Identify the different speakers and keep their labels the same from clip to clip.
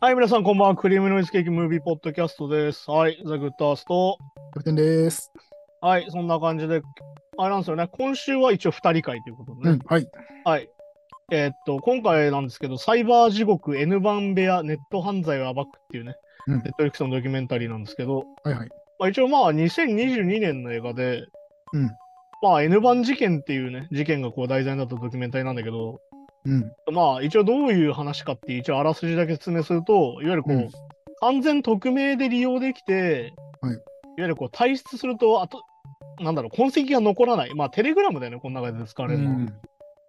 Speaker 1: はい、皆さんこんばんは。クリームノイズケーキムービーポッドキャストです。はい、ザ・グッドアースト。
Speaker 2: 逆転です。
Speaker 1: はい、そんな感じで、あれなんですよね。今週は一応2人会ということでね。
Speaker 2: うん、はい。
Speaker 1: はい。えーっと、今回なんですけど、サイバー地獄 N 番部屋ネット犯罪を暴くっていうね、
Speaker 2: うん
Speaker 1: ネットリックスのドキュメンタリーなんですけど、
Speaker 2: はいはい。
Speaker 1: まあ、一応まあ2022年の映画で、
Speaker 2: うん
Speaker 1: まあ N 番事件っていうね、事件がこう題材になったドキュメンタリーなんだけど、
Speaker 2: うん。
Speaker 1: まあ一応どういう話かっていう一応あらすじだけ説明すると、いわゆるこう、
Speaker 2: うん
Speaker 1: 完全匿名で利用できて、
Speaker 2: はい
Speaker 1: わゆるこう退出すると、あと、なんだろう、痕跡が残らない。まあテレグラムだよね、この中で使わ
Speaker 2: う
Speaker 1: れるのは。
Speaker 2: ん。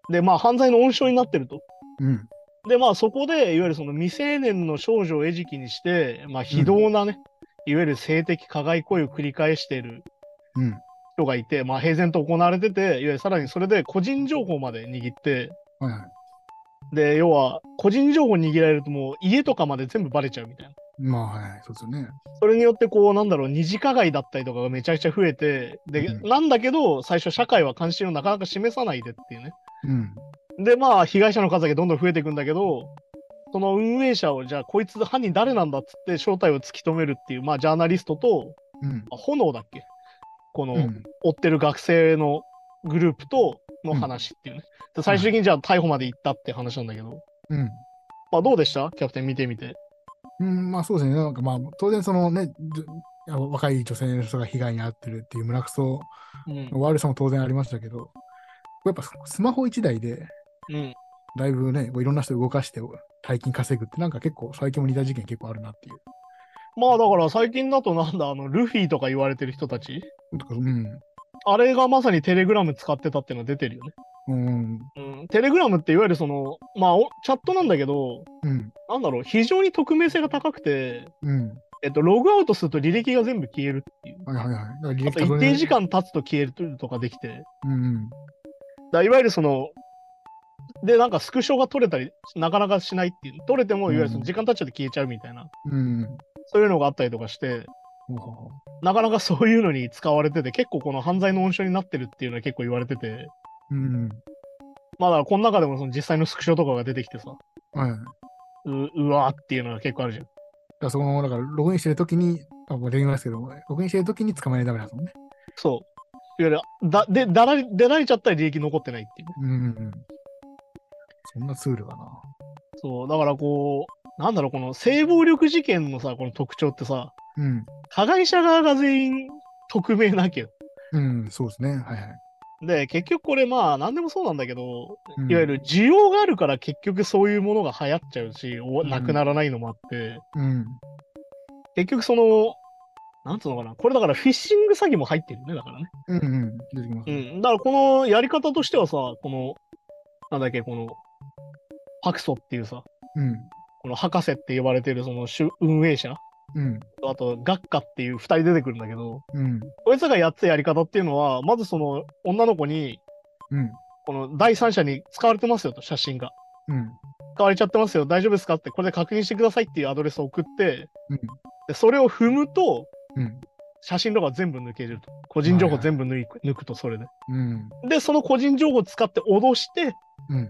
Speaker 1: で、まあ犯罪の温床になってると。
Speaker 2: うん。
Speaker 1: で、まあそこで、いわゆるその未成年の少女を餌食にして、まあ非道なね、いわゆる性的加害行為を繰り返している
Speaker 2: うん。
Speaker 1: 人がいて、まあ平然と行われてて、いわゆるさらにそれで個人情報まで握って、
Speaker 2: はいはい。
Speaker 1: で、要は個人情報握られるともう家とかまで全部バレちゃうみたいな。
Speaker 2: まあ、はいはい。そうですよね。
Speaker 1: それによってこうなんだろう二次加害だったりとかがめちゃくちゃ増えてで、
Speaker 2: うん
Speaker 1: なんだけど最初社会は関心をなかなか示さないでっていうね
Speaker 2: うん。
Speaker 1: でまあ被害者の数だけどんどん増えていくんだけどその運営者をじゃあこいつ犯人誰なんだっつって正体を突き止めるっていうまあジャーナリストと
Speaker 2: うん。
Speaker 1: あ炎だっけこの、
Speaker 2: うん。
Speaker 1: 追ってる学生のグループとの話っていうね、で最終的にじゃあ逮捕まで行ったって話なんだけど、
Speaker 2: うん。
Speaker 1: まあどうでしたキャプテン見てみて
Speaker 2: うん、まあそうですね。なんかまあ、当然そのね、じゅあ若い女性の人が被害に遭ってるっていう胸くそ
Speaker 1: うん
Speaker 2: の悪さも当然ありましたけど、やっぱスマホ一台で、
Speaker 1: うん
Speaker 2: だいぶね、こういろんな人動かして、大金稼ぐって、なんか結構、最近も似た事件結構あるなっていう。
Speaker 1: まあだから最近だとなんだあのルフィとか言われてる人たち
Speaker 2: だからうん。
Speaker 1: あれがまさにテレグラム使ってたっていうのは出てるよね。
Speaker 2: うん。
Speaker 1: うん、テレグラムっていわゆるその、まあおチャットなんだけど、
Speaker 2: うん。
Speaker 1: なんだろう、非常に匿名性が高くて、
Speaker 2: うん。
Speaker 1: えっと、ログアウトすると履歴が全部消えるっていう。
Speaker 2: はいはいはい。だから履
Speaker 1: あと
Speaker 2: 歴
Speaker 1: 一定時
Speaker 2: 間。
Speaker 1: 間経つと消えるとかできて、だか
Speaker 2: うん。
Speaker 1: らいわゆるその、で、なんかスクショが取れたり、なかなかしないっていう、取れてもいわゆるその時間経っちゃって消えちゃうみたいな、
Speaker 2: うん。
Speaker 1: そういうのがあったりとかして、
Speaker 2: ほうほうほう
Speaker 1: なかなかそういうのに使われてて、結構この犯罪の温床になってるっていうのは結構言われてて、
Speaker 2: うん。
Speaker 1: まあだからこの中でもその実際のスクショとかが出てきてさ、
Speaker 2: はい。だか
Speaker 1: ううわーっていうのが結構あるじゃん。
Speaker 2: らその、だから、ログインしてるときに、あ、もう出てきますけど、ログインしてるときに捕まえないとダメだもんね。
Speaker 1: そう。いわゆる、だ、で、だられ、出られちゃったら利益残ってないっていうね。
Speaker 2: うん。そんなツールがな。
Speaker 1: そう。だからこう、なんだろう、この性暴力事件のさ、この特徴ってさ、
Speaker 2: うん。
Speaker 1: 加害者側が全員匿名なわけよ。
Speaker 2: うん、そうですね。はいはい。
Speaker 1: で、結局これまあ、何でもそうなんだけど、
Speaker 2: うん
Speaker 1: いわゆ。る需要があるから結局そういうものが流行っちゃうし、お
Speaker 2: うん
Speaker 1: なくならないのもあって、
Speaker 2: うん。
Speaker 1: 結局その、なんつうのかな、これだからフィッシング詐欺も入ってるね、だからね。
Speaker 2: うんうん。出てきます
Speaker 1: う
Speaker 2: ね。
Speaker 1: ん、だからこのやり方としてはさ、この、なんだっけ、この、パクソっていうさ、
Speaker 2: うん。
Speaker 1: この博士って呼ばれてるその主運営者、
Speaker 2: うん。
Speaker 1: あと、学科っていう2人出てくるんだけど、
Speaker 2: うん。
Speaker 1: こいつがやってたやり方っていうのは、まずその女の子に、
Speaker 2: うん。
Speaker 1: この第三者に使われてますよと、写真が。
Speaker 2: うん。
Speaker 1: 使われちゃってますよ、大丈夫ですかって、これで確認してくださいっていうアドレスを送って、
Speaker 2: うん
Speaker 1: でそれを踏むと、
Speaker 2: うん。
Speaker 1: 写真とか全部抜けると。個人情報全部抜い抜くと、それで。
Speaker 2: うん。
Speaker 1: で、その個人情報を使って脅して、
Speaker 2: うん。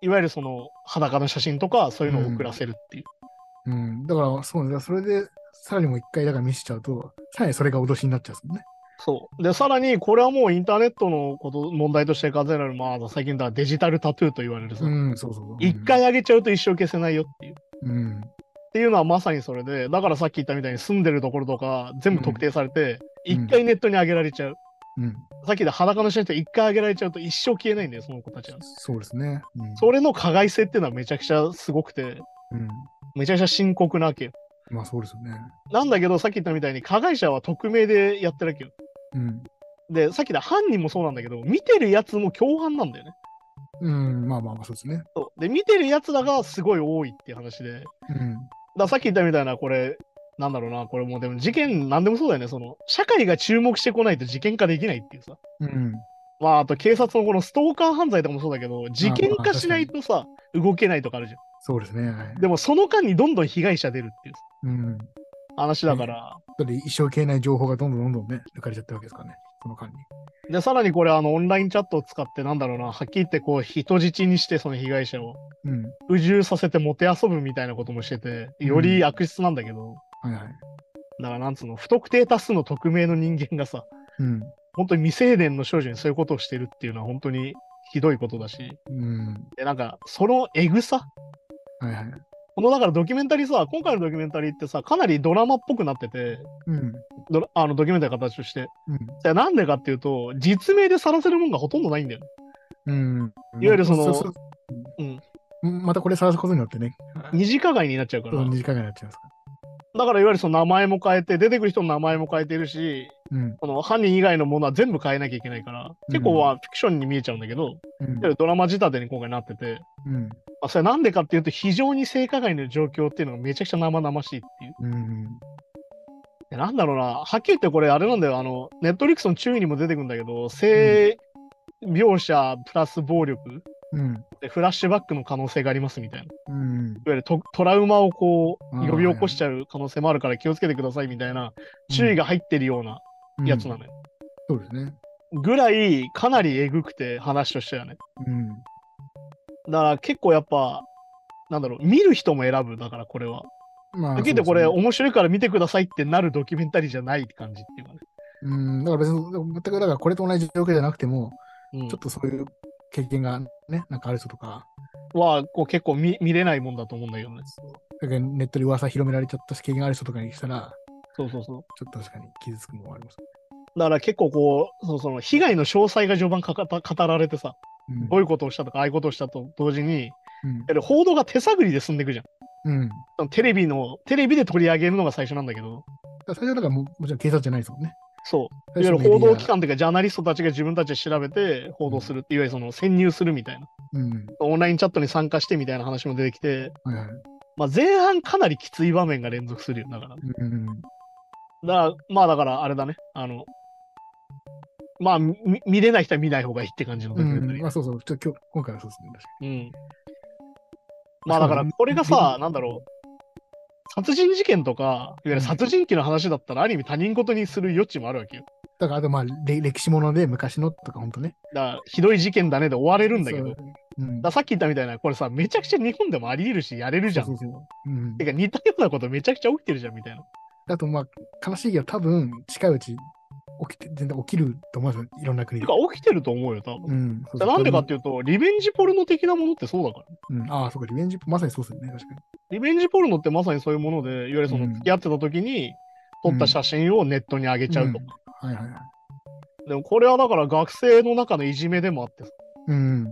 Speaker 1: いわゆるその裸の写真とかそういうのを送らせるっていう。
Speaker 2: うん。だから、そうですね。それで、さらにもう一回、だから見せちゃうと、さらにそれが脅しになっちゃうんです
Speaker 1: そう。で、さらにこれはもうインターネットのこと問題として数えられる、まあ最近だからデジタルタトゥーと言われるさ
Speaker 2: も。んね。うん、そうそうそう。
Speaker 1: 一、回上げちゃうと一生消せないよっていう。っ
Speaker 2: うん。
Speaker 1: ていうのはまさにそれで、だからさっき言ったみたいに住んでるところとか全部特定されて、
Speaker 2: うん
Speaker 1: 一、回ネットに上げられちゃう。
Speaker 2: うん。
Speaker 1: さっき言った裸の写真って一回上げられちゃうと一生消えないんだよ、その子たちは。
Speaker 2: そうですね。うん。
Speaker 1: それの加害性っていうのはめちゃくちゃすごくて、
Speaker 2: うん。
Speaker 1: めちゃくちゃ深刻なわけよ。
Speaker 2: まあ、そうですよね。
Speaker 1: なんだけど、さっき言ったみたいに加害者は匿名でやってるわけよ。
Speaker 2: うん。
Speaker 1: で、さっきの犯人もそうなんだけど、見てるやつも共犯なんだよね。
Speaker 2: うん、まあまあまあ、そうですね。
Speaker 1: そうで、見てるやつらがすごい多いっていう話で、だか
Speaker 2: うん。
Speaker 1: らさっき言ったみたいな、これ、なんだろうな、これもうでも事件、なんでもそうだよね、その、社会が注目してこないと事件化できないっていうさ。
Speaker 2: うん。
Speaker 1: まあ、あと警察のこのストーカー犯罪とかもそうだけど、事件化しないとさ、動けないとかあるじゃ
Speaker 2: そうですね。は
Speaker 1: ん。
Speaker 2: い
Speaker 1: でも、その間にどんどん被害者出るっていう
Speaker 2: うん。だ
Speaker 1: 話だから、
Speaker 2: って一生消えない情報がどんどんどんどんね、抜かれちゃったわけですからね。その間に。
Speaker 1: で、さらにこれ、あの、オンラインチャットを使って、なんだろうな、はっきり言って、こう、人質にして、その被害者を。
Speaker 2: うん。
Speaker 1: うじうさせてもて遊ぶみたいなこともしてて、より悪質なんだけど、
Speaker 2: はいはい。
Speaker 1: だからなんつうの、不特定多数の匿名の人間がさ、
Speaker 2: うん。
Speaker 1: 本当に未成年の少女にそういうことをしてるっていうのは本当にひどいことだし、
Speaker 2: うん。
Speaker 1: で、なんか、そのエグさ
Speaker 2: はいはい。
Speaker 1: このだからドキュメンタリーさ、今回のドキュメンタリーってさ、かなりドラマっぽくなってて、
Speaker 2: うん。
Speaker 1: ドラあのドキュメンタリーの形として。
Speaker 2: うん。
Speaker 1: じゃあなんでかっていうと、実名で晒せるもんがほとんどないんだよね。
Speaker 2: うん、
Speaker 1: いわゆるその
Speaker 2: う
Speaker 1: うん
Speaker 2: うん、またこれ晒すことによってね、
Speaker 1: 二次加害になっちゃうから。
Speaker 2: 2時間ぐらいになっちゃいますから。
Speaker 1: だからいわゆるその名前も変えて、出てくる人の名前も変えてるし、
Speaker 2: うん、
Speaker 1: その犯人以外のものは全部変えなきゃいけないから、結構はフィクションに見えちゃうんだけど、
Speaker 2: うん
Speaker 1: いわゆるドラマ仕立てに今回なってて、
Speaker 2: うん、
Speaker 1: まあ、それなんでかっていうと、非常に性加害の状況っていうのがめちゃくちゃ生々しいっていう。
Speaker 2: うん、
Speaker 1: でなんだろうな、はっきり言ってこれあれなんだよ、あの、ネットリックスの注意にも出てくるんだけど、性描写プラス暴力
Speaker 2: うん、
Speaker 1: でフラッシュバックの可能性がありますみたいな。い
Speaker 2: うん、
Speaker 1: わゆるトトラウマをこ
Speaker 2: あ
Speaker 1: う、
Speaker 2: ー
Speaker 1: 呼び起こしちゃう可能性もあるから気をつけてくださいみたいな注意が入ってるような
Speaker 2: うん
Speaker 1: やつなのよ。
Speaker 2: そうですね。
Speaker 1: ぐらい、かなりえぐくて、話としてはね。
Speaker 2: うん、
Speaker 1: だから結構やっぱ、なんだろう、見る人も選ぶ、だからこれは。
Speaker 2: まあ、
Speaker 1: だけどこれ、
Speaker 2: そうですね
Speaker 1: 面白いから見てくださいってなるドキュメンタリーじゃない感じっていうかね。
Speaker 2: うん、だから別に、全くだからこれと同じ状況じゃなくても、
Speaker 1: うん
Speaker 2: ちょっとそういう経験がね、なんかある人とか、
Speaker 1: はこう結構見見れないもんだと思うんだけどね。
Speaker 2: だからネットで噂広められちゃったし、経験がある人とかにしたら、
Speaker 1: そうそうそう。
Speaker 2: ちょっと確かに傷つくものはあります。
Speaker 1: だから結構こう、そのその被害の詳細が序盤かかた語られてさ、
Speaker 2: うん
Speaker 1: どういうことをしたとか、ああいうことをしたと同時に、
Speaker 2: うん
Speaker 1: やはり報道が手探りで進んでいくじゃん。
Speaker 2: うん。だか
Speaker 1: そのテレビの、テレビで取り上げるのが最初なんだけど、
Speaker 2: ら最初だからももちろん警察じゃないですもんね。
Speaker 1: そう。い
Speaker 2: 最
Speaker 1: わゆる
Speaker 2: 初メディ
Speaker 1: 報
Speaker 2: ア
Speaker 1: 道機関というか、ジャーナリストたちが自分たちで調べて報道するって、いわゆるその潜入するみたいな。
Speaker 2: うん。
Speaker 1: オンラインチャットに参加してみたいな話も出てきて、
Speaker 2: はいはい。
Speaker 1: まあ、前半かなりきつい場面が連続するよ。だから、
Speaker 2: うん。
Speaker 1: だからまあだからあれだね。あの、まあみ見見れない人は見ない方がいいって感じのド
Speaker 2: う
Speaker 1: キュメンタリ
Speaker 2: ん。
Speaker 1: ー
Speaker 2: まあそうそう。ちょ今日今回はそうですね。確か
Speaker 1: うん。まあだからこれがさ、なんだろう。殺人事件とか、いわゆる殺人鬼の話だったら、ある意味他人事にする余地もあるわけよ。
Speaker 2: にだからあとまあれ歴史もので昔のとか本当ね。
Speaker 1: だから、ひどい事件だねで終われるんだけど、
Speaker 2: そ
Speaker 1: だ
Speaker 2: う
Speaker 1: か。
Speaker 2: うん。
Speaker 1: らさっき言ったみたいな、これさ、めちゃくちゃ日本でもあり得るし、やれるじゃん。
Speaker 2: そうそうそう。うん
Speaker 1: て。か、似たようなことめちゃくちゃ起きてるじゃん、みたいな。
Speaker 2: あとまあ悲しいけど多分近いうち起きて全然起きると思うんですよ。いろんな国
Speaker 1: て
Speaker 2: で
Speaker 1: か。、起きてると思うよ、多分。
Speaker 2: うん。そ
Speaker 1: だか
Speaker 2: うそう
Speaker 1: らなんでかっていうと、リベンジポルノ的なものってそうだから。
Speaker 2: うん。ああ、そうか。リベンジまさにそうですよね。確か
Speaker 1: リベンジポルノってまさにそういうもので、いわゆるその
Speaker 2: うん
Speaker 1: 付き合ってた時に撮った写真をネットに上げちゃうとか。
Speaker 2: に。はいはいはい。
Speaker 1: でもこれはだから学生の中のいじめでもあってさ、
Speaker 2: うん。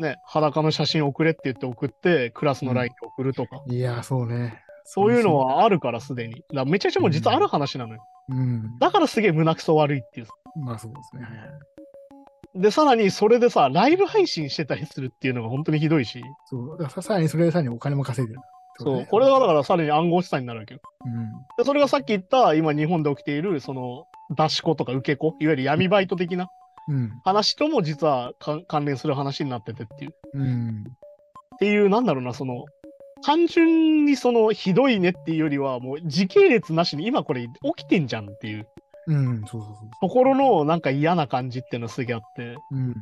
Speaker 1: ね、裸の写真送れって言って送って、クラスの LINE に送るとか、
Speaker 2: いやー、そうね。
Speaker 1: そういうのはあるからすでに。だからめちゃくちゃもう実はある話なのよ。
Speaker 2: うん。
Speaker 1: だからすげえ胸くそ悪いっていうさ。
Speaker 2: まあそうですね。はいはい。
Speaker 1: で、さらにそれでさ、ライブ配信してたりするっていうのが本当にひどいし、
Speaker 2: そう。だからささらにそれでさらにお金も稼いでる。
Speaker 1: そう、これ
Speaker 2: は。
Speaker 1: はだからさらに暗号資産になるわけよ。
Speaker 2: うん。
Speaker 1: で、それがさっき言った、今日本で起きている、その、出し子とか受け子、いわゆる闇バイト的な
Speaker 2: うん。
Speaker 1: 話とも実はか関連する話になっててっていう。っ
Speaker 2: うん。
Speaker 1: ていう、なんだろうな、その、単純にその、ひどいねっていうよりは、もう時系列なしに今これ起きてんじゃんっていう
Speaker 2: うん。そうそうそう
Speaker 1: ところのなんか嫌な感じっていうのはすげえあって。
Speaker 2: そう。うん。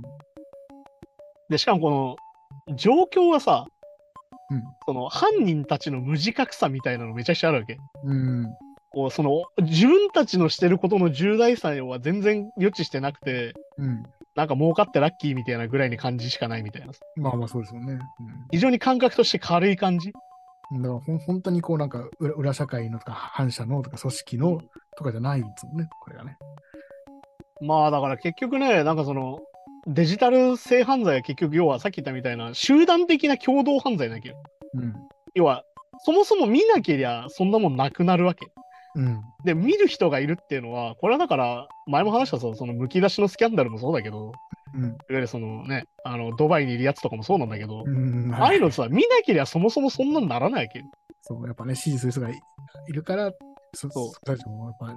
Speaker 1: で、しかもこの、状況がさ、
Speaker 2: うん
Speaker 1: その犯人たちの無自覚さみたいなのめちゃくちゃあるわけ。
Speaker 2: うん。
Speaker 1: こう、その、自分たちのしてることの重大さは全然予知してなくて、
Speaker 2: うん。
Speaker 1: なんか儲かってラッキーみたいなぐらいに感じしかないみたいな。
Speaker 2: まあまあそうですよね。
Speaker 1: 非常に感覚として軽い感じ。
Speaker 2: うん、だからほん本当にこうなんか裏裏社会のとか反社のとか組織のとかじゃないんですもんね、これがね。
Speaker 1: まあだから結局ね、なんかその、デジタル性犯罪は結局要はさっき言ったみたいな集団的な共同犯罪なわけよ。要は、そもそも見なけりゃそんなもんなくなるわけ。
Speaker 2: うん。うん。
Speaker 1: で、見る人がいるっていうのは、これはだから、前も話したさ、そのむき出しのスキャンダルもそうだけど、
Speaker 2: うん。
Speaker 1: いわゆるそのね、あの、ドバイにいるやつとかもそうなんだけど、
Speaker 2: うん。
Speaker 1: ああいうのさ、見なけりゃそもそもそんなんならないわけよ。
Speaker 2: そう、やっぱね、支持する人がいいるから、そ
Speaker 1: そう
Speaker 2: そたちもやっぱ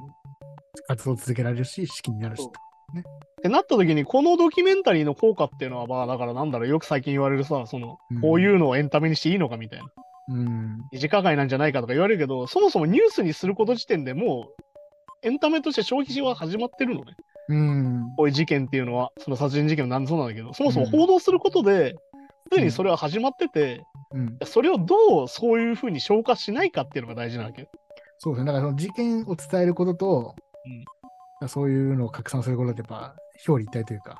Speaker 2: 活動続けられるし、資金になるし。
Speaker 1: そう。ってなった時に、このドキュメンタリーの効果っていうのは、まあだからなんだろう、よく最近言われるさ、その、こういううのをエンタメにしていいのかみたいな、
Speaker 2: うん。
Speaker 1: 二次加害なんじゃないかとか言われるけど、そもそもニュースにすること時点でもう、エンタメとして消費は始まってるのね。
Speaker 2: うん。
Speaker 1: こういう事件っていうのは、その殺人事件もなんでそうなんだけど、そもそも
Speaker 2: うん
Speaker 1: 報道することで、すで
Speaker 2: う
Speaker 1: に
Speaker 2: ん
Speaker 1: それは始まってて、
Speaker 2: うん。
Speaker 1: それをどうそういうふうに消化しないかっていうのが大事なわけ。
Speaker 2: そうですね。だからその事件を伝えることと、
Speaker 1: うん
Speaker 2: だからそういうのを拡散することってやっぱ表裏一体というか。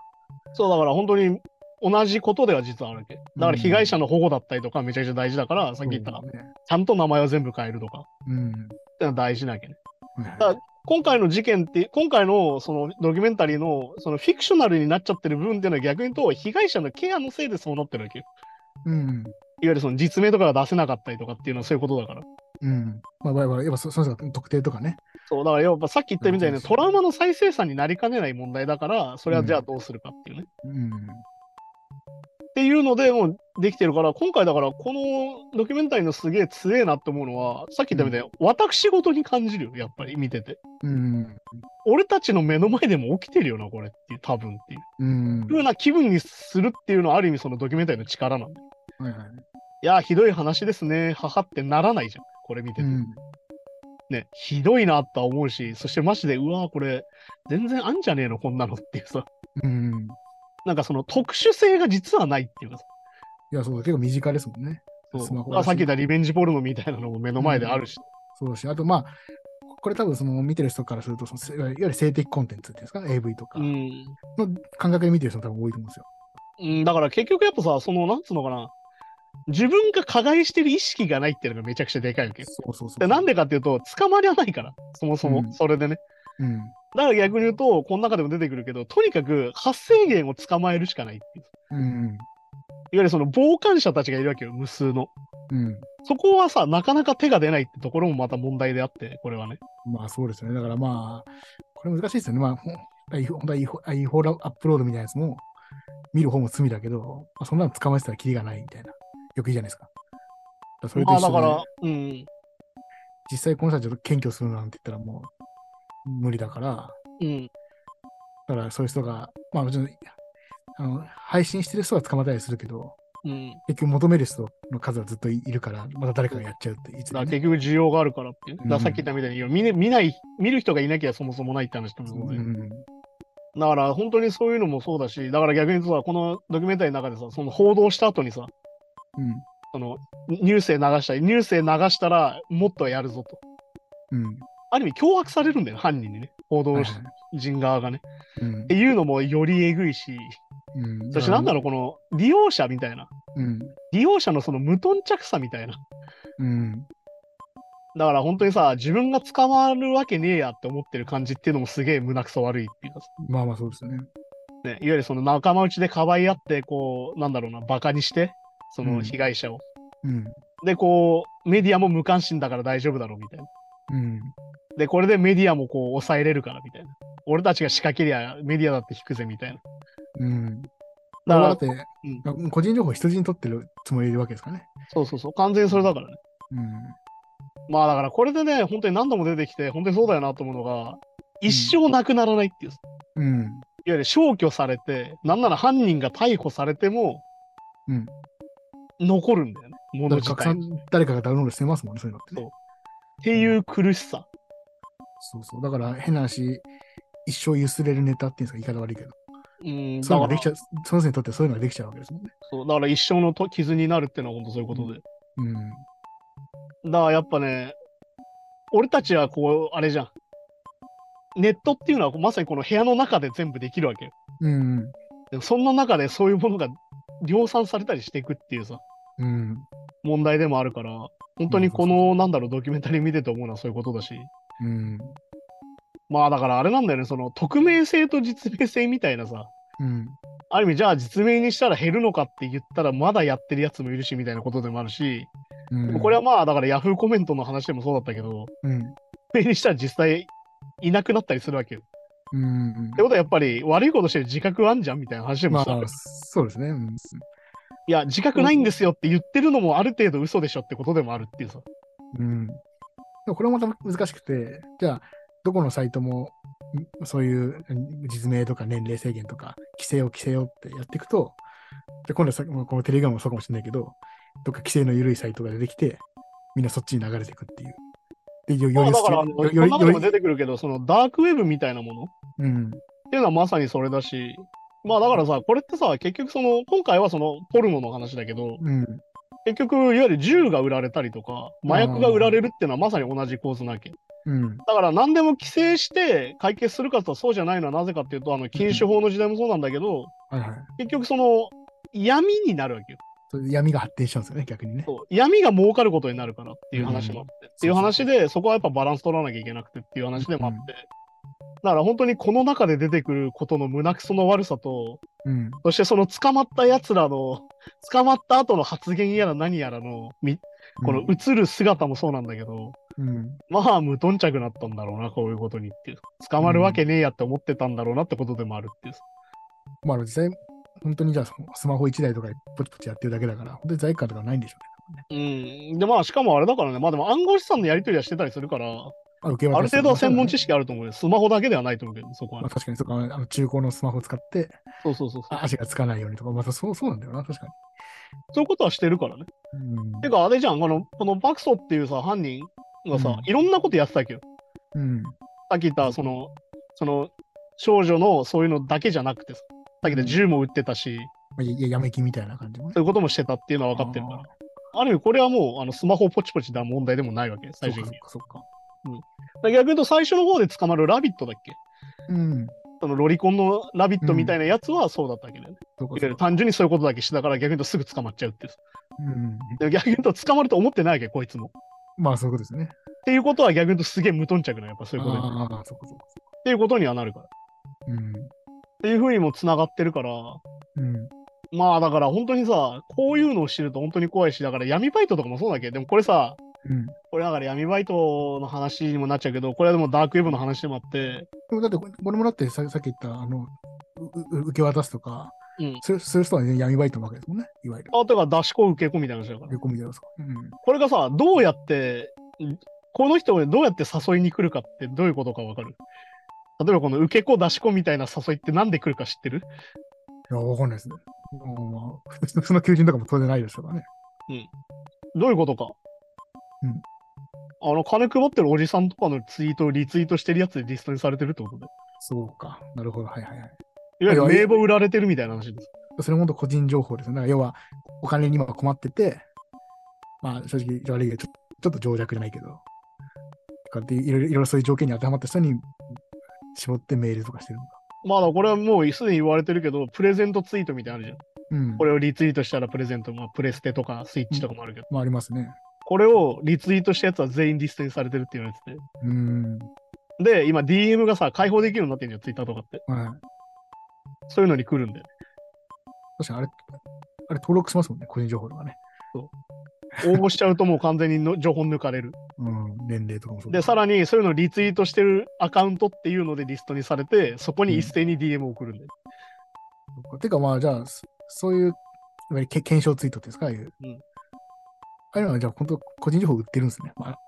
Speaker 1: そうだから本当に同じことでは実はあるわけ。だから被害者の保護だったりとかめちゃくちゃ大事だから、さっき言ったら、
Speaker 2: そう
Speaker 1: ち
Speaker 2: ですね
Speaker 1: ゃんと名前を全部変えるとかっ
Speaker 2: うん。
Speaker 1: てのは大事なわけね。
Speaker 2: はいはい
Speaker 1: だ今回の事件って、今回のそのドキュメンタリーのそのフィクショナルになっちゃってる部分っていうのは逆に言うと、被害者のケアのせいでそうなってるわけよ。
Speaker 2: うん。
Speaker 1: いわゆるその実名とかが出せなかったりとかっていうのはそういうことだから。
Speaker 2: うん。まあ、やっぱそその人が特定とかね。
Speaker 1: そう、だからやっぱさっき言ったみたい
Speaker 2: うん
Speaker 1: に
Speaker 2: そ
Speaker 1: ト
Speaker 2: う
Speaker 1: ラウマの再生産になりかねない問題だから、それはじゃあどうするかっていうね。
Speaker 2: うん。
Speaker 1: っていうのでもうできてるから今回だからこのドキュメンタリーのすげえ強えなって思うのはさっき言ったみたいに、私事に感じるよやっぱり見てて
Speaker 2: うん。
Speaker 1: 俺たちの目の前でも起きてるよなこれっていう多分っていう
Speaker 2: うん。
Speaker 1: 風な気分にするっていうのはある意味そのドキュメンタリーの力なんだよ
Speaker 2: はいはい。
Speaker 1: いやーひどい話ですね母ってならないじゃんこれ見てて、
Speaker 2: うん。
Speaker 1: ねひどいなとは思うしそしてマジでうわーこれ全然あんじゃねえのこんなのっていうさ
Speaker 2: うん。
Speaker 1: なんかその特殊性が実はないっていうかさ
Speaker 2: いや、そう、結構身近ですもんね。
Speaker 1: そう
Speaker 2: スマホ
Speaker 1: あさっき言ったリベンジポルノみたいなのも目の前であるし、
Speaker 2: そうだし、あとまあ、これ多分その見てる人からすると、そのせいわゆる性的コンテンツっていうんですか、AV とかの
Speaker 1: うん
Speaker 2: 感覚で見てる人も多分多いと思うんですよ。
Speaker 1: うん、だから結局やっぱさ、その、なんつうのかな、自分が加害してる意識がないっていうのがめちゃくちゃでかいわけよ。
Speaker 2: そうそうそう。
Speaker 1: でなんでかっていうと、捕まりはないから、そもそも、
Speaker 2: うん
Speaker 1: それでね。
Speaker 2: うん。
Speaker 1: だから逆に言うと、この中でも出てくるけど、とにかく発生源を捕まえるしかないっていう。
Speaker 2: うん。
Speaker 1: いわゆるその傍観者たちがいるわけよ、無数の。
Speaker 2: うん。
Speaker 1: そこはさ、なかなか手が出ないってところもまた問題であって、これはね。
Speaker 2: まあそうですよね。だからまあ、これ難しいですよね。まあ、ほん本当は違法違法アップロードみたいなやつも、見る方も罪だけど、まあ、そんなの捕まえてたらキリがないみたいな。よくいいじゃないですか。だからそれと
Speaker 1: ま
Speaker 2: 一
Speaker 1: あ
Speaker 2: 緒
Speaker 1: だ
Speaker 2: で
Speaker 1: から、うん、
Speaker 2: 実際この人たちを検挙するなんて言ったらもう無理だから、
Speaker 1: うん、
Speaker 2: だからそういう人が、まあもちろん、あの配信してる人は捕まったりするけど、
Speaker 1: うん。
Speaker 2: 結局求める人の数はずっといいるから、また誰かがやっちゃうって、いつ
Speaker 1: だか
Speaker 2: だ
Speaker 1: ら
Speaker 2: ね。
Speaker 1: 結局需要があるからっていう。だから
Speaker 2: うん
Speaker 1: さっき言ったみたいに、いや見ね見ない、見る人がいなきゃそもそもないって話だもん
Speaker 2: う
Speaker 1: ね。
Speaker 2: ん、
Speaker 1: だから本当にそういうのもそうだし、だから逆に言うとさ、このドキュメンタリーの中でさ、その報道した後にさ、
Speaker 2: うん、
Speaker 1: そのニュースで流したり、ニュースで流したらもっとやるぞと。
Speaker 2: うん。
Speaker 1: ある意味脅迫されるんだよ、犯人にね。報道
Speaker 2: はいはい
Speaker 1: 人側がね。
Speaker 2: うん
Speaker 1: っていうのもよりえぐいし、
Speaker 2: うん
Speaker 1: そしてなんだろう、この利用者みたいな。
Speaker 2: うん、
Speaker 1: 利用者のその無頓着さみたいな。
Speaker 2: うん、
Speaker 1: だから本当にさ、自分が捕まるわけねえやって思ってる感じっていうのもすげえ胸くそ悪いっていうかさ
Speaker 2: まあまあそうですよね。
Speaker 1: ね、いわゆるその仲間内でかばい合って、こう、なんだろうな、バカにして、そうの
Speaker 2: ん
Speaker 1: 被害者を。
Speaker 2: うん、
Speaker 1: で、こう、メディアも無関心だから大丈夫だろうみたいな。
Speaker 2: うん、
Speaker 1: で、これでメディアもこう抑えれるからみたいな。俺たちが仕掛けりゃメディアだって引くぜみたいな。
Speaker 2: うん。
Speaker 1: だから
Speaker 2: だって、
Speaker 1: ん
Speaker 2: まあ個人情報を人質に取ってるつもりでいるわけですかね。
Speaker 1: そうそうそう、完全にそれだからね。
Speaker 2: う
Speaker 1: まあだからこれでね、本当に何度も出てきて、本当にそうだよなと思うのが、
Speaker 2: うん
Speaker 1: 一生なくならないっていう。い
Speaker 2: ん、うん、
Speaker 1: わゆる消去されて、なんなら犯人が逮捕されても、
Speaker 2: うん
Speaker 1: 残るんだよね、も
Speaker 2: だ
Speaker 1: の
Speaker 2: って
Speaker 1: 自
Speaker 2: 拡
Speaker 1: 体。っ
Speaker 2: 散誰かがダウンロードしてますもんね、そういうのってね、
Speaker 1: ていう苦しさ。
Speaker 2: そうそう。だから変な話、一生ゆすれるネタっていうんですか、言い方悪いけど。
Speaker 1: うん、
Speaker 2: そ
Speaker 1: だか
Speaker 2: ういうの
Speaker 1: ら
Speaker 2: ができちゃう、その人にとってそういうのができちゃうわけですもんね。
Speaker 1: そうだから一生のと傷になるっていうのは本当そういうことで。
Speaker 2: うん。
Speaker 1: だからやっぱね、俺たちはこう、あれじゃん。ネットっていうのはまさにこの部屋の中で全部できるわけよ。
Speaker 2: うん。
Speaker 1: でもそんな中でそういうものが量産されたりしていくっていうさ、
Speaker 2: うん。
Speaker 1: 問題でもあるから、本当にこ
Speaker 2: うんそう
Speaker 1: の、なんだろう、ドキュメンタリー見てて思うのはそういうことだし。
Speaker 2: うん。
Speaker 1: まあだからあれなんだよね、その匿名性と実名性みたいなさ、
Speaker 2: うん。
Speaker 1: ある意味じゃあ実名にしたら減るのかって言ったらまだやってるやつもいるしみたいなことでもあるし、
Speaker 2: うん
Speaker 1: でもこれはまあだからヤフーコメントの話でもそうだったけど、
Speaker 2: うん。
Speaker 1: 不明にしたら実際いなくなったりするわけよ。っ
Speaker 2: うん。
Speaker 1: てことはやっぱり悪いことしてる自覚あんじゃんみたいな話でも
Speaker 2: ま
Speaker 1: した、
Speaker 2: あ、そうですね。うん。
Speaker 1: いや、自覚ないんですよって言ってるのもある程度嘘でしょってことでもあるっていうさ。
Speaker 2: うん。でもこれもまた難しくて、じゃあ、どこのサイトも、んそういううん実名とか年齢制限とか、規制を規制をってやっていくと、で今度はさ、このテレグラムもそうかもしれないけど、どっか規制の緩いサイトが出てきて、みんなそっちに流れていくっていう。で、よ
Speaker 1: まあ
Speaker 2: より
Speaker 1: だから、あの
Speaker 2: よ
Speaker 1: こ
Speaker 2: り
Speaker 1: の
Speaker 2: より
Speaker 1: 中でも
Speaker 2: よ
Speaker 1: 出てくるけど、そのダークウェブみたいなものっ
Speaker 2: りうん。
Speaker 1: ていうのはまさにそれだし、まあだからさ、これってさ、結局その、今回はそのポルノの話だけど、
Speaker 2: うん。
Speaker 1: 結局、いわゆる銃が売られたりとか、麻薬が売られるっていうのはまさに同じ構図なわけ。
Speaker 2: うん。
Speaker 1: だから何でも規制して解決するかとはそうじゃないのはなぜかっていうと、あの禁酒法の時代もそうなんだけど、
Speaker 2: はいはい。
Speaker 1: 結局その闇になるわけよ。
Speaker 2: それで闇が発展しちゃうんですよね、逆にね。
Speaker 1: そう闇が儲かることになるからっていう話もあって、っていう話
Speaker 2: そう
Speaker 1: で、そこはやっぱバランス取らなきゃいけなくてっていう話でもあって、だから本当にこの中で出てくることの胸くその悪さと、
Speaker 2: うん。
Speaker 1: そしてその捕まったやつらの、捕まった後の発言やら何やらの、みこの映る姿もそうなんだけど、
Speaker 2: うん。
Speaker 1: まあ無頓着なったんだろうな、こういうことにっていう。捕まるわけねえやって思ってたんだろうなってことでもあるっていう。
Speaker 2: まあ、実際、本当にじゃあ、そのスマホ1台とかでポチポチやってるだけだから、本当に罪悪感とかないんでしょうね。
Speaker 1: うん。で、まあしかもあれだからね、まあでも暗号資産のやり取りはしてたりするから、
Speaker 2: あ受け
Speaker 1: ある程度は専門知
Speaker 2: 識。
Speaker 1: 識あると思うよ。スマホだけではないと思うけど、そこは
Speaker 2: まあ、
Speaker 1: ね。
Speaker 2: 確かに、そうか、あの中古のスマホ使って、
Speaker 1: そうそうそうそう。
Speaker 2: 足がつかないようにとか、まあ、そうそうなんだよな、確か
Speaker 1: そういうことはしてるからね。
Speaker 2: に。うん。
Speaker 1: てか、あれじゃん、この、このバクソっていうさ、犯人がさ、
Speaker 2: うん
Speaker 1: いろんなことやってたわけど、
Speaker 2: うん。
Speaker 1: さっき言った、その、その、少女のそういうのだけじゃなくてさ、さっき言った銃も撃ってたし、
Speaker 2: まあ、いや、やめきみたいな感じもね
Speaker 1: そういうこともしてたっていうのは分かってるから。
Speaker 2: あ
Speaker 1: ある意味、これはもう、あのスマホをポチポチだ問題でもないわけ、
Speaker 2: ー
Speaker 1: 最
Speaker 2: そ
Speaker 1: 終
Speaker 2: っ
Speaker 1: 的
Speaker 2: か
Speaker 1: に。
Speaker 2: そっか
Speaker 1: だから逆に言うと、最初の方で捕まるラビットだっけ
Speaker 2: そっか。うん。
Speaker 1: そのロリコンのラビットみたいなやつはそうだったわけだよね。
Speaker 2: そうか
Speaker 1: いわゆ
Speaker 2: そ
Speaker 1: る
Speaker 2: うか。
Speaker 1: 単純にそういうことだけしてたから、逆に言うとすぐ捕まっちゃうっていう。
Speaker 2: うん。
Speaker 1: でも逆に言うと、捕まると思ってないわけ、こいつも。
Speaker 2: まあ、そういうことですね。
Speaker 1: っていうことは逆に言うとすげえ無頓着な、やっぱそういうことに。っ
Speaker 2: ああ、そっかそっか。
Speaker 1: ていうことにはなるから。っ
Speaker 2: うん。
Speaker 1: ていうふうにもつながってるから、
Speaker 2: うん。
Speaker 1: まあだから本当にさ、こういうのを知ると本当に怖いし、だから闇バイトとかもそうだけど、でもこれさ、
Speaker 2: うん。
Speaker 1: これだから闇バイトの話にもなっちゃうけど、これはでもダークウェブの話でもあって、
Speaker 2: でもだってこれ、これもだってささっき言った、あの、うう受け渡すとか、
Speaker 1: うん
Speaker 2: するする人は、ね、闇バイトなわけですもんね、いわゆる。
Speaker 1: あとが出し子受け子みたいな話だから
Speaker 2: 受。け込みでやるとか。うん。
Speaker 1: これがさ、どうやって、んこの人をどうやって誘いに来るかってどういうことかわかる例えばこの受け子出し子みたいな誘いってなんで来るか知ってる
Speaker 2: いや、わかんないですね。もう、まあ普通普通の求人とかも当然ないでしょうからね。
Speaker 1: どういうことか。
Speaker 2: うん。
Speaker 1: あの、金配ってるおじさんとかのツイートをリツイートしてるやつでリストにされてるってことで。
Speaker 2: そうか。なるほど。はいはいはい。
Speaker 1: いわゆる
Speaker 2: いやいや
Speaker 1: 名簿売られてるみたいな話です。
Speaker 2: それも本当個人情報ですね。だから要は、お金に今困ってて、まあ正直悪いけど、ちょちょっと情弱じゃないけど、とかっていろいろいろいろそういう条件に当てはまった人に絞ってメールとかしてるのか。
Speaker 1: まあだからこれはもうすでに言われてるけど、プレゼントツイートみたいなのあるじゃ
Speaker 2: うん。
Speaker 1: ん。これをリツイートしたらプレゼント、まあプレステとかスイッチとかもあるけど、
Speaker 2: まあありますね。
Speaker 1: これをリツイートしたやつは全員リストにされてるって言われて
Speaker 2: うーん。
Speaker 1: て。で、今 DM がさ、開放できるようになってんじゃん、ツイッターとかって。
Speaker 2: はい。
Speaker 1: そういうのに来るんだよね。
Speaker 2: 確かにあれ、あれ登録しますもんね、個人情報とかね。
Speaker 1: 応募しちゃうともう完全にの情報抜かれる。
Speaker 2: うん。年齢とかもそう
Speaker 1: で、さらにそういうのをリツイートしてるアカウントっていうのでリストにされて、そこに一斉に DM を送るんだよ。
Speaker 2: に。てかまあじゃあ、そそういう、いわゆるけ検証ツイートっていうんですか、ああいう。
Speaker 1: うん
Speaker 2: ああいうのはじゃあ本当個人情報売ってるんですね。まあ、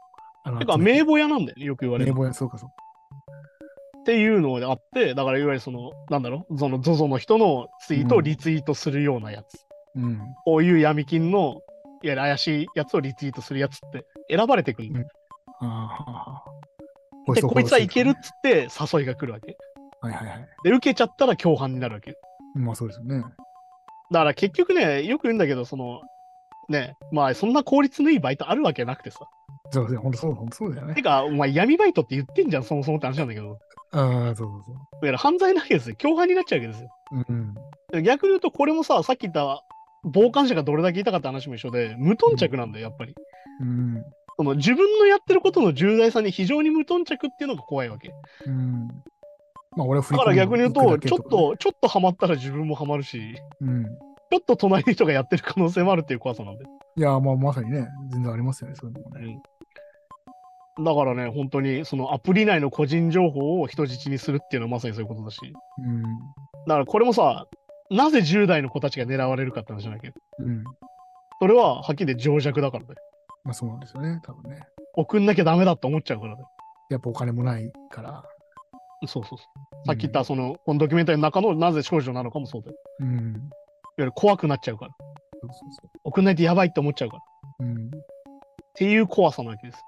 Speaker 2: あの
Speaker 1: てか、
Speaker 2: 集め
Speaker 1: 名簿屋なんだよね、よく言われ
Speaker 2: 名
Speaker 1: る。
Speaker 2: 簿屋、そうかそうか。
Speaker 1: っていうのがあって、だからいわゆるその、なんだろう、その ZOZO の人のツイートをリツイートするようなやつ。
Speaker 2: うん。
Speaker 1: こういう闇金の、いわゆる怪しいやつをリツイートするやつって選ばれてくるんだよ。
Speaker 2: ああ。
Speaker 1: で、こいつはいけるっ
Speaker 2: は
Speaker 1: つって誘いが来るわけ。
Speaker 2: いはいはい。
Speaker 1: で、受けちゃったら共犯になるわけ。
Speaker 2: まあそうですよね。
Speaker 1: だから結局ね、よく言うんだけど、その、ね、まあそんな効率のいいバイトあるわけなくてさ。
Speaker 2: そうですね。本当そう、本当そうだよね
Speaker 1: て。か、お前闇バイトって言ってんじゃん、そもそもって話なんだけど。
Speaker 2: ああ、そうそうそう
Speaker 1: だから犯罪なわけですよ。共犯になっちゃうわけですよ。。
Speaker 2: うん。
Speaker 1: で逆に言うと、これもさ、さっき言った傍観者がどれだけいたかって話も一緒で、無頓着なんだよ、やっぱり。
Speaker 2: うん。
Speaker 1: その自分のやってることの重大さに非常に無頓着っていうのが怖いわけ。
Speaker 2: うん。まあ俺は振
Speaker 1: だか
Speaker 2: り込ん
Speaker 1: ら
Speaker 2: で
Speaker 1: 逆に言う
Speaker 2: 行
Speaker 1: と、
Speaker 2: くだけ
Speaker 1: ちょっ
Speaker 2: かね。
Speaker 1: と、ちょっとハマったら自分もハマるし、
Speaker 2: うん。
Speaker 1: ちょっと隣の人がやってる可能性もあるっていう怖さなんで。
Speaker 2: いや、まあまさにね、全然ありますよね、そういうのもね。
Speaker 1: だからね、本当にそのアプリ内の個人情報を人質にするっていうのはまさにそういうことだし。だからこれもさ、なぜ10代の子たちが狙われるかって話じゃないけど、
Speaker 2: うん。うん。
Speaker 1: それははっきり言って情弱だからだよ。
Speaker 2: まあそうなんですよね、多分ね。
Speaker 1: 送んなきゃダメだって思っちゃうからだよ。
Speaker 2: やっぱお金もないから。
Speaker 1: そうそうそう。さっき言った、その、このドキュメンタリーの中のなぜ少女なのかもそうだよ。
Speaker 2: うん。うん。
Speaker 1: いわゆる怖くなっちゃうから。
Speaker 2: そうそうそ
Speaker 1: 送んないとやばいって思っちゃうから。っ
Speaker 2: う。うん。
Speaker 1: ていう怖さなわけです。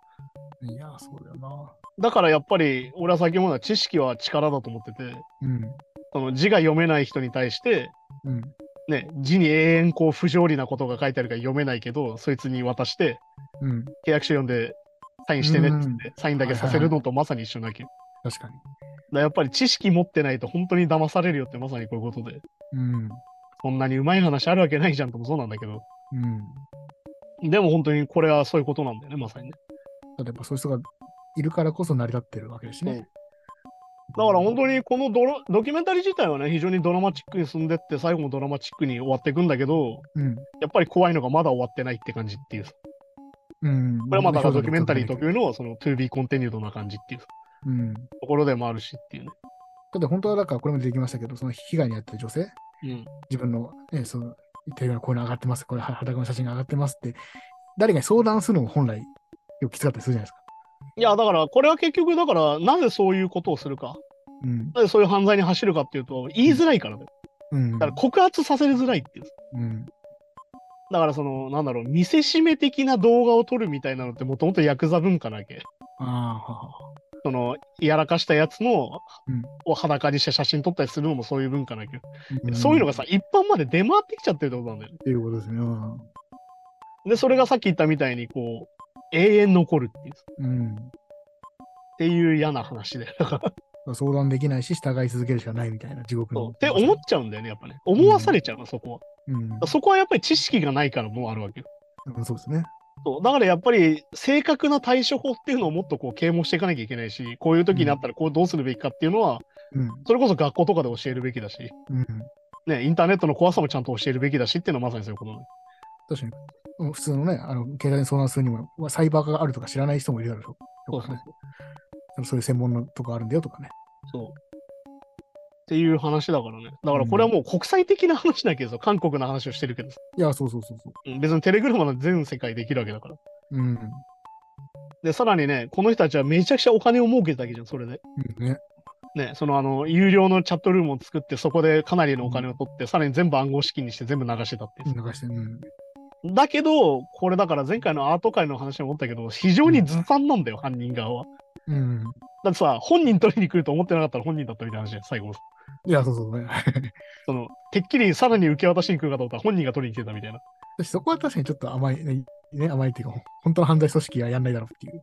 Speaker 2: いや、そうだよな。
Speaker 1: だからやっぱり、俺は先ほどの知識は力だと思ってて、
Speaker 2: うん。
Speaker 1: その字が読めない人に対して、
Speaker 2: うん。
Speaker 1: ね、字に永遠こう不条理なことが書いてあるから読めないけど、そいつに渡して、
Speaker 2: うん。
Speaker 1: 契約書読んで、サインしてねって言って、サインだけさせるのとまさに一緒なわけよ。
Speaker 2: 確かに。
Speaker 1: だからやっぱり知識持ってないと本当に騙されるよってまさにこういうことで、
Speaker 2: うん。
Speaker 1: そんなにうまい話あるわけないじゃんともそうなんだけど、
Speaker 2: うん。
Speaker 1: でも本当にこれはそういうことなんだよね、まさにね。
Speaker 2: だってやっぱそういう人がいるからこそ成り立ってるわけですしね。
Speaker 1: だから本当にこのドラドキュメンタリー自体はね、非常にドラマチックに進んでって、最後もドラマチックに終わっていくんだけど、
Speaker 2: うん。
Speaker 1: やっぱり怖いのがまだ終わってないって感じっていう。こ
Speaker 2: うん。
Speaker 1: れはまあだからドキュメンタリー
Speaker 2: 表
Speaker 1: 特
Speaker 2: 現
Speaker 1: 有のその to be continued な感じっていう
Speaker 2: うん。だ
Speaker 1: ところでもあるしっていうね。
Speaker 2: って本当はだからこれも出てきましたけど、その被害に遭った女性、
Speaker 1: うん、
Speaker 2: 自分の、ね、そのテレビのこういうの上がってます、これ裸の写真が上がってますって、誰かに相談するのも本来、よくきつかったりするじゃないですか。
Speaker 1: いやだからこれは結局だからなぜそういうことをするか
Speaker 2: うん。
Speaker 1: なぜそういう犯罪に走るかっていうと言いづらいからだよ
Speaker 2: うん。
Speaker 1: だから告発させづらいっていう
Speaker 2: うん。
Speaker 1: だからそのなんだろう見せしめ的な動画を撮るみたいなのってもともとヤクザ文化なわけ
Speaker 2: ああ、はは
Speaker 1: そのやらかしたやつの、
Speaker 2: うん
Speaker 1: を裸にして写真撮ったりするのもそういう文化なわけよ、そういうのがさ一般まで出回ってきちゃってるってことなんだよね
Speaker 2: っていうことですね。うん
Speaker 1: でそれがさっき言ったみたいにこう永遠残るっていう
Speaker 2: う
Speaker 1: っ
Speaker 2: ん。
Speaker 1: ていう嫌な話でだから
Speaker 2: 相談できないし、従い続けるしかないみたいな地獄の。
Speaker 1: って思っちゃうんだよねやっぱね思わされちゃうの、そこは
Speaker 2: うん。
Speaker 1: そこはやっぱり知識がないからもうあるわけよ。
Speaker 2: うんそうですね。
Speaker 1: そうだからやっぱり正確な対処法っていうのをもっとこう啓蒙していかなきゃいけないし、こういう時になったらこうどうするべきかっていうのは、
Speaker 2: うん。
Speaker 1: それこそ学校とかで教えるべきだし、
Speaker 2: うん。
Speaker 1: ね、インターネットの怖さもちゃんと教えるべきだしっていうのはまさにそういうことなの
Speaker 2: 確かに。普通のね、あの、携帯に相談するにも、サイバー化があるとか知らない人もいるだろうとかね。そういう専門のとこあるんだよとかね。
Speaker 1: そう。っていう話だからね。だからこれはもう国際的な話だけどさ、韓国の話をしてるけどさ、
Speaker 2: いや、そうそうそうそ
Speaker 1: うん別にテレグラムは全世界できるわけだから。
Speaker 2: う。うん。
Speaker 1: で、さらにね、この人たちはめちゃくちゃお金を儲けたわけじゃん、それで。
Speaker 2: うんね。
Speaker 1: ね、そのあの、有料のチャットルームを作って、そこでかなりのお金を取って、さらに全部暗号資金にして全部流してたっていう
Speaker 2: 流して、うん。
Speaker 1: だけど、これだから前回のアート界の話でも思ったけど、非常にずさんなんだよ、犯人側は。
Speaker 2: うん。
Speaker 1: だってさ、本人取りに来ると思ってなかったら本人だったみたいな話じゃん、最後。
Speaker 2: いや、そうそう ね。
Speaker 1: その、てっきりさらに受け渡しに来るかと思ったら本人が取りに来てたみたいな。
Speaker 2: 私そこは確かにちょっと甘い、ね、ね甘いっていうか、本当の犯罪組織はやんないだろうっていう。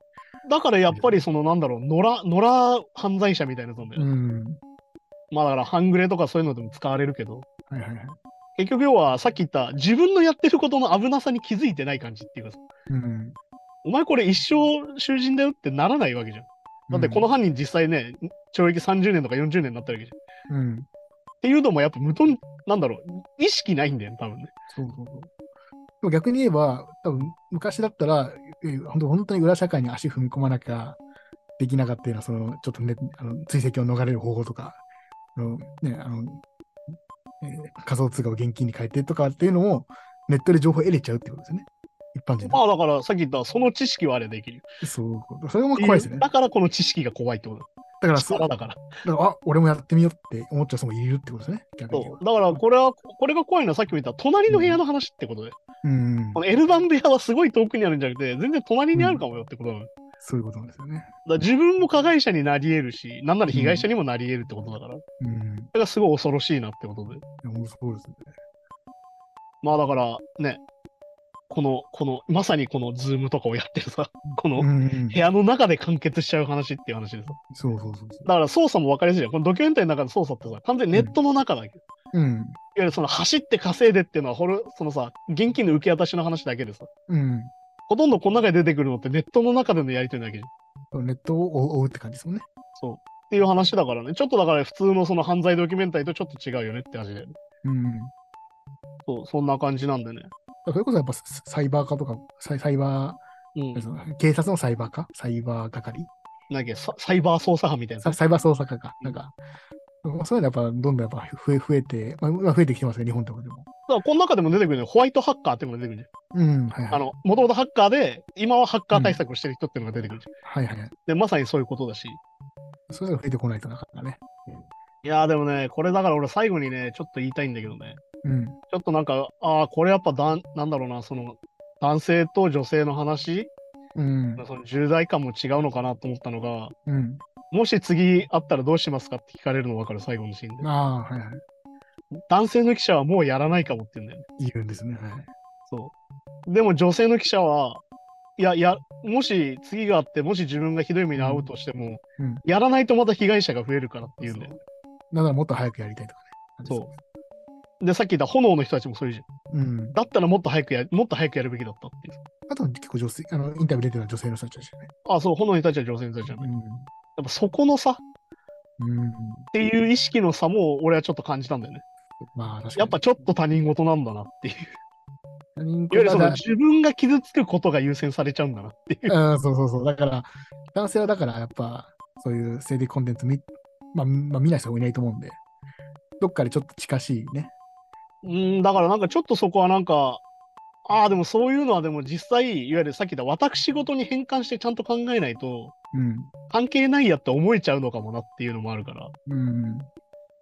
Speaker 1: だからやっぱりその、なんだろう、野良、野良犯罪者みたいなやつなんだよ。
Speaker 2: うん。
Speaker 1: まあだから、半グレとかそういうのでも使われるけど、
Speaker 2: はいはいはい。
Speaker 1: 結局要はさっき言った、自分のやってることの危なさに気づいてない感じっていうかさ
Speaker 2: うん。
Speaker 1: お前これ一生囚人だよってならないわけじゃん。だってこの犯人実際ね、懲役30年とか40年になったわけじゃん。っ
Speaker 2: うん、うん。
Speaker 1: ていうのもやっぱ無頓、なんだろう、意識ないんだよね、多分ね。
Speaker 2: そうそうそう。でも逆に言えば、多分昔だったら、えー本当本当に裏社会に足踏み込まなきゃできなかったような、そのちょっとね、あの追跡を逃れる方法とか、あのね、あのえー仮想通貨を現金に変えてとかっていうのも、ネットで情報を得れちゃうってことですよね。一般人
Speaker 1: ま
Speaker 2: の。
Speaker 1: あだからさっき言った、その知識はあれできる。
Speaker 2: そう。それも怖いですよね。だ
Speaker 1: だからこの知識が怖いってことだ。
Speaker 2: から、そう
Speaker 1: 力
Speaker 2: だ
Speaker 1: だから。
Speaker 2: からあ、俺もやってみようって思っちゃう人もいるってことですね。逆に言えば。
Speaker 1: そうだからこれは、これが怖いのはさっきも言った、隣の部屋の話ってことで。
Speaker 2: うん
Speaker 1: こ。の L 番部屋はすごい遠くにあるんじゃなくて、全然隣にあるかもよってことなの。だか
Speaker 2: そういうことなんですよね。
Speaker 1: ら自分も加害者になり得るし、なんなら被害者にもなり得るってことだから。そ
Speaker 2: うん。
Speaker 1: れがすごい恐ろしいなってことで。
Speaker 2: でもそうですね。
Speaker 1: まあだからね、この、この、まさにこのズームとかをやってるさ、この
Speaker 2: う
Speaker 1: 部
Speaker 2: んうん。
Speaker 1: 屋の中で完結しちゃう話っていう話でさ。
Speaker 2: そうそうそうそ。
Speaker 1: だから操作も分かりやすいじゃん。このドキュメンタリーの中の操作ってさ、完全にネットの中だけど。いう
Speaker 2: うん。
Speaker 1: わゆるその走って稼いでっていうのは、ほるそのさ、現金の受け渡しの話だけでさ、
Speaker 2: うん。
Speaker 1: ほとんどこの中で出てくるのってネットの中でのやりとりだけじゃん。
Speaker 2: ネットを追うって感じですもんね。
Speaker 1: そう。っていう話だからね。ちょっとだから普通のその犯罪ドキュメンタリーとちょっと違うよねって話で。
Speaker 2: うん。
Speaker 1: そう、そんな感じなんでね。
Speaker 2: それこそやっぱササイバー化とか、サイサイバ
Speaker 1: うん
Speaker 2: ー、。その警察のサイバー化サイバー係
Speaker 1: なんだっけササイバー捜査班みたいな
Speaker 2: サ
Speaker 1: さ。
Speaker 2: サイバー捜査課か。なんか、そういうのやっぱどんどんやっぱ増え増えて、まあ、今増えてきてますね、日本とかでも。
Speaker 1: だからこの中でも出てくるね。ホワイトハッカーっていうのが出てくるね。
Speaker 2: うん、はい
Speaker 1: あ
Speaker 2: はい。
Speaker 1: の、もともとハッカーで、今はハッカー対策をしてる人っていうのが出てくるじゃん。
Speaker 2: はいはいはい。
Speaker 1: で、まさにそういうことだし。
Speaker 2: そういうのが増えてこないとなかなかね。
Speaker 1: いやーでもね、これだから俺最後にね、ちょっと言いたいんだけどね。
Speaker 2: うん。
Speaker 1: ちょっとなんか、ああ、これやっぱだん、なんだろうな、その、男性と女性の話、
Speaker 2: うん。
Speaker 1: その重代感も違うのかなと思ったのが、
Speaker 2: うん。
Speaker 1: もし次会ったらどうしますかって聞かれるの分かる、最後のシーンで。
Speaker 2: ああ、はいはい。
Speaker 1: 男性の記者はもうやらないかもって言うんだよね。
Speaker 2: 言うんですね。はい。
Speaker 1: そう。でも女性の記者は、いや、や、もし次があって、もし自分がひどい目に遭うとしても、
Speaker 2: うん
Speaker 1: やらないとまた被害者が増えるからって言うんだよね。
Speaker 2: だからもっと早くやりたいとかね。
Speaker 1: そうで、さっき言った炎の人たちもそういうじゃん。
Speaker 2: う。うん。
Speaker 1: だったらもっと早くや、もっと早くやるべきだったっていう。
Speaker 2: あと結構女性、あの、インタビュー出てるのは女性の人たちですよね。
Speaker 1: あ、そう、炎の人たちは女性の人たちなんだよやっぱそこの差っ
Speaker 2: うん。うん。
Speaker 1: ていう意識の差も俺はちょっと感じたんだよね。
Speaker 2: まあ、確かに。
Speaker 1: やっぱちょっと他人事なんだなっていう。
Speaker 2: 他人
Speaker 1: いわゆる
Speaker 2: 事
Speaker 1: そ
Speaker 2: だ
Speaker 1: の自分が傷つくことが優先されちゃうんだなっていう。
Speaker 2: うん、そうそうそう。だから、男性はだからやっぱ、そういう性的コンテンツ見、まあ、まあ、見ない人もいないと思うんで、どっかでちょっと近しいね。
Speaker 1: うん、だからなんかちょっとそこはなんか、ああ、でもそういうのはでも実際、いわゆるさっき言った私事に変換してちゃんと考えないと、
Speaker 2: うん。
Speaker 1: 関係ないやって思えちゃうのかもなっていうのもあるから、っ
Speaker 2: うん。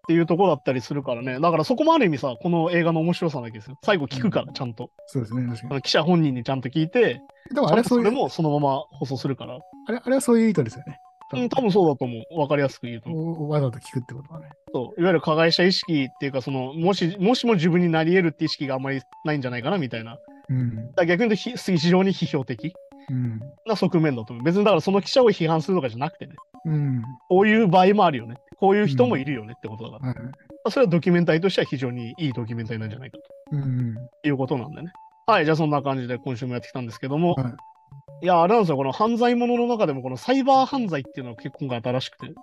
Speaker 1: ていうところだったりするからね。だからそこもある意味さ、この映画の面白さなわけですよ。最後聞くから、ちゃんと。
Speaker 2: そうですね、確
Speaker 1: あ
Speaker 2: か
Speaker 1: の記者本人にちゃんと聞いて、
Speaker 2: に。でも
Speaker 1: ち
Speaker 2: あ
Speaker 1: ゃん
Speaker 2: れは
Speaker 1: と
Speaker 2: そ
Speaker 1: そう
Speaker 2: い
Speaker 1: れ
Speaker 2: う、
Speaker 1: もそのまま放送するから。
Speaker 2: あれあれはそういう意図ですよね。
Speaker 1: うん、多分そうだと思う。わかりやすく言うと。
Speaker 2: おわざと聞くってことはね。
Speaker 1: そういわゆる加害者意識っていうか、その、もし、もしも自分になり得るって意識があんまりないんじゃないかな、みたいな。だか
Speaker 2: うん。
Speaker 1: ら逆に言うとひ、非常に批評的
Speaker 2: うん。
Speaker 1: な側面だと思う。別にだからその記者を批判するとかじゃなくてね、
Speaker 2: うん。
Speaker 1: こういう場合もあるよね。こういう人もいるよねってことだから。
Speaker 2: はい。
Speaker 1: それはドキュメンタリーとしては非常にいいドキュメンタリーなんじゃないか
Speaker 2: うん。
Speaker 1: ということなんでね。はい、じゃあそんな感じで今週もやってきたんですけども、、
Speaker 2: はい
Speaker 1: や、あれなんですよ、この犯罪ものの中でも、このサイバー犯罪っていうのが結構今回新しくて、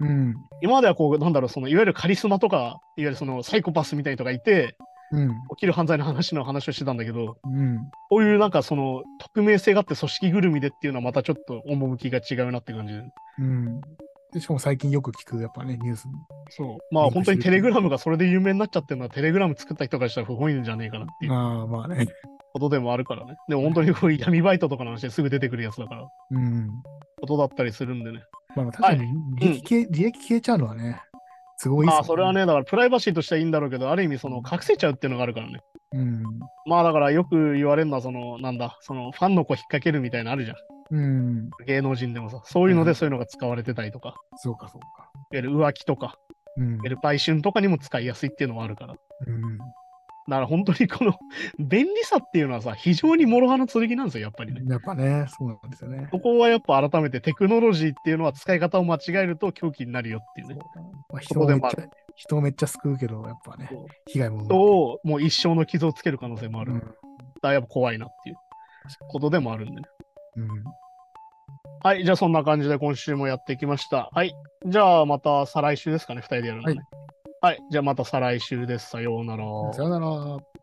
Speaker 2: うん。
Speaker 1: 今まではこう、なんだろう、そのいわゆるカリスマとか、いわゆるそのサイコパスみたいな人がいて、
Speaker 2: うん。
Speaker 1: 起きる犯罪の話の話をしてたんだけど、
Speaker 2: うん。
Speaker 1: こういうなんかその匿名性があって組織ぐるみでっていうのはまたちょっと趣が違うなって感じで。
Speaker 2: うん。でしかも最近よく聞く、やっぱね、ニュースに。
Speaker 1: そう。まあ本当にテレグラムがそれで有名になっちゃってるのはテレグラム作った人からしたら不本意なんじゃねえかなっていう
Speaker 2: ああ、まあね。
Speaker 1: ことでもあるからね。でも本当にこういう闇バイトとかの話ですぐ出てくるやつだから、
Speaker 2: うん。
Speaker 1: ことだったりするんでね。
Speaker 2: まあまあ確かに利益消え、利益消えちゃうのはね、すごいっすよ
Speaker 1: まあそれは。ね、だからプライバシーとしてはいいんだろうけど、ある意味その隠せちゃうっていうのがあるからね。
Speaker 2: うん。
Speaker 1: まあだからよく言われるのはその、なんだ、そのファンの子引っ掛けるみたいなのあるじゃん。
Speaker 2: うん。
Speaker 1: 芸能人でもさ、そういうの
Speaker 2: う
Speaker 1: で
Speaker 2: ん
Speaker 1: そういうのが使われてたりとか、
Speaker 2: そうか、そうか。
Speaker 1: いわゆる浮気とか、
Speaker 2: うん
Speaker 1: いわゆ。る売春とかにも使いやすいっていうのはあるから。
Speaker 2: うん
Speaker 1: だから本当にこの 便利さっていうのはさ、非常に諸刃の剣なんですよ、やっぱりね。
Speaker 2: やっぱね、そうなんですよね。
Speaker 1: そこはやっぱ改めてテクノロジーっていうのは使い方を間違えると狂気になるよっていうね。
Speaker 2: まあ、人
Speaker 1: そこ
Speaker 2: をめ
Speaker 1: で
Speaker 2: っ
Speaker 1: もあ
Speaker 2: ちゃ、人をめっちゃ救うけど、やっぱね
Speaker 1: そう、
Speaker 2: 被害も
Speaker 1: 人をもう一生の傷をつける可能性もあ
Speaker 2: う
Speaker 1: る。
Speaker 2: ん
Speaker 1: だからやっぱ怖いなっていうことでもあるんでね。
Speaker 2: うん。
Speaker 1: はい、じゃあそんな感じで今週もやってきました。はい、じゃあまた再来週ですかね、2人でやるのね。はい、じゃあまた再来週です。さようなら。
Speaker 2: さよなら。